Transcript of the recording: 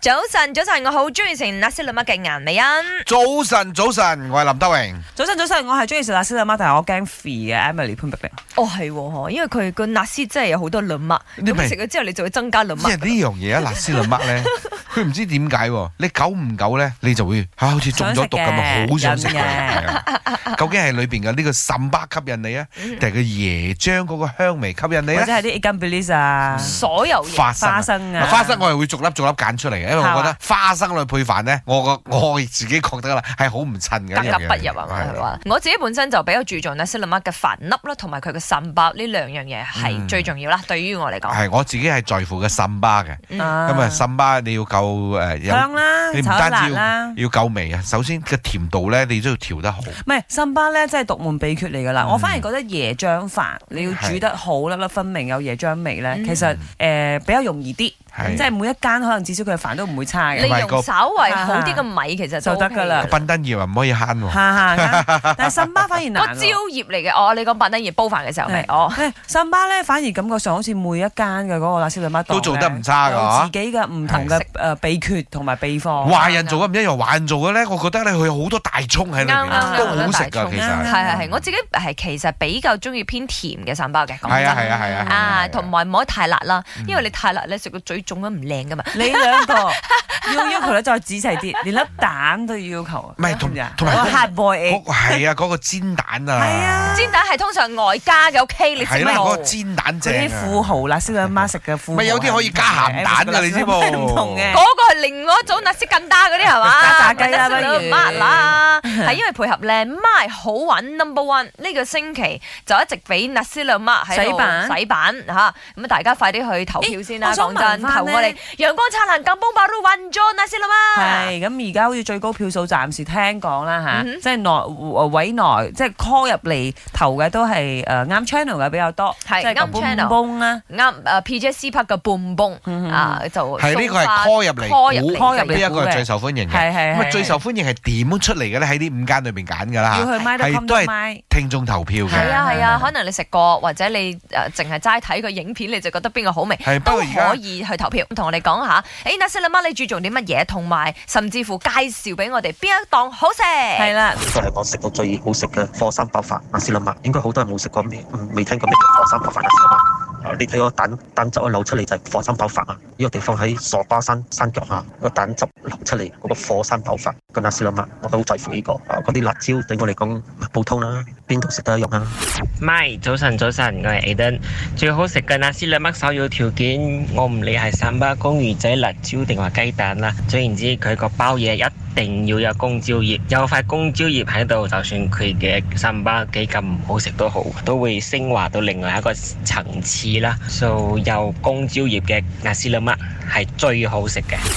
早晨，早晨，我好中意食那些老乜嘅顏美欣。早晨，早晨，我係林德榮。早晨，早晨，我係中意食辣椒媽，但係我驚肥嘅 Emily 潘碧玲。哦，係喎，因為佢個那斯真係有好多老乜，你明咁食咗之後你就會增加老即係乜。呢樣嘢啊，辣斯倫乜 咧，佢唔知點解喎。你久唔久咧，你就會啊好似中咗毒咁啊，好想想食食佢。嘅係 啊究竟係裏邊嘅呢個岑巴吸引你啊，定係個椰漿嗰個香味吸引你嗯或者咧？係啲 ikan bilis 啊，所有嘢花生啊花生啊花生我係會逐粒逐粒揀出嚟嘅，因為我覺係得嘛花生類配飯咧，我個我自己覺得啦，係好唔襯嘅格一格樣不入嘢。啊嘛，係係嘛？我自己本身就比較注重那些老乜嘅飯粒啦，同埋佢嘅腎包呢兩樣嘢嗯係最重要啦。對於我嚟講，係我自己係在乎嘅岑巴嘅，嗯咁啊咁岑巴你要夠誒有。香啦，你唔炒得單辣止啦要。要夠味啊，首先嘅甜度咧，你都要調得好。唔係，辛巴咧真係獨門秘訣嚟㗎嗯啦！我反而覺得椰漿飯你要煮得好粒粒分明，有椰漿味咧，嗯其實誒、呃比較容易啲，係即係每一間可能至少佢嘅飯都唔會差你 嘅，咪個用稍為好啲嘅米其實就得㗎㗎啦笨登葉啊，唔可以慳喎。下下啱但係辛巴反而我難椒喎。葉嚟嘅，哦，你講白丹葉煲飯嘅時候咪係，哦，誒辛巴咧反而感覺上好似每一間嘅嗰個辣椒辣媽都做得唔差㗎有自己嘅唔同嘅係誒秘訣同埋秘方。華人做嘅唔一樣，華人做嘅咧，我覺得咧佢有好多大葱喺裏啱啱邊，啱都好食大㗎葱啊係其實。係係，我自己係其實比較中意偏甜嘅腎包嘅，講係啊真係啊係啊係啊，啊。同埋唔可以太辣啦，嗯因為你太辣咧食個嘴腫咗唔靚噶嘛。你兩個 要要求得再仔細啲，連粒蛋都要要求啊。唔係同同埋我嗰 hard boy 嗰 egg 係啊，嗰個煎蛋係啊啊，煎蛋係通常外加嘅，OK，你係知啦，道嗰個煎蛋正嗰啲富啊。豪辣椒阿媽食嘅富豪咪係唔同嘅，有啲可以加鹹蛋㗎你知冇唔同嘅。哦嗰個係另外一種那色更加嗰啲係嘛？炸炸雞啦嗰啲不如乜 啦？係因為配合咧，媽好玩 number one 呢個星期就一直俾那斯兩媽喺洗版度洗版嚇，咁啊大家快啲去投票先啦！咦我講想問真，投返呢我哋陽光燦爛咁 b o m b a 運咗那斯兩媽。係咁而家好似最高票數，暫時聽講啦吓，嗯哼即係內呃委內即係 call 入嚟投嘅都係誒呃啱 channel 嘅比較多，係即係啱 channel 崩啦。啱誒 PJ 啊 C 拍嘅半崩嗯啊，就係呢個係送花 call 入嚟 call 入嚟 call 入呢嚟一個係最受歡迎嘅。係咁係啊，係最受歡迎係點出嚟嘅咧？喺呢五間裏邊揀㗎要啦，去麥得係襟都係麥。聽眾投票係嘅。啊係啊，可能你食過或者你誒呃淨係齋睇個影片，你就覺得邊個好味，係不都過而家可以去投票。同我哋講下，誒那些啦媽你注重啲乜嘢，同埋甚至乎介紹俾我哋邊一檔好食。係啦，呢個係我食過最好食嘅火山爆飯阿斯林麥，應該好多人冇食過咩，嗯未聽過咩叫火山爆飯阿斯林麥。啊你睇個蛋蛋汁一流出嚟就係火山爆飯啊！呢個地方喺傻巴山山腳下，個蛋汁流出嚟嗰個火山爆飯個阿斯林麥，我都好在乎呢個。啊嗰啲辣椒對我嚟講普通啦，邊度食都一啊樣啦。咪早晨早晨，我係 Aden。最好食嘅那斯兩麥首要條件，我唔理係三巴公魚仔、辣椒定話雞蛋啦。總言之，佢個包嘢一定要有公椒葉，有塊公椒葉喺度，就算佢嘅三巴幾咁唔好食都好，都會升華到另外一個層次啦。So 有公椒葉嘅那斯兩麥係最好食嘅。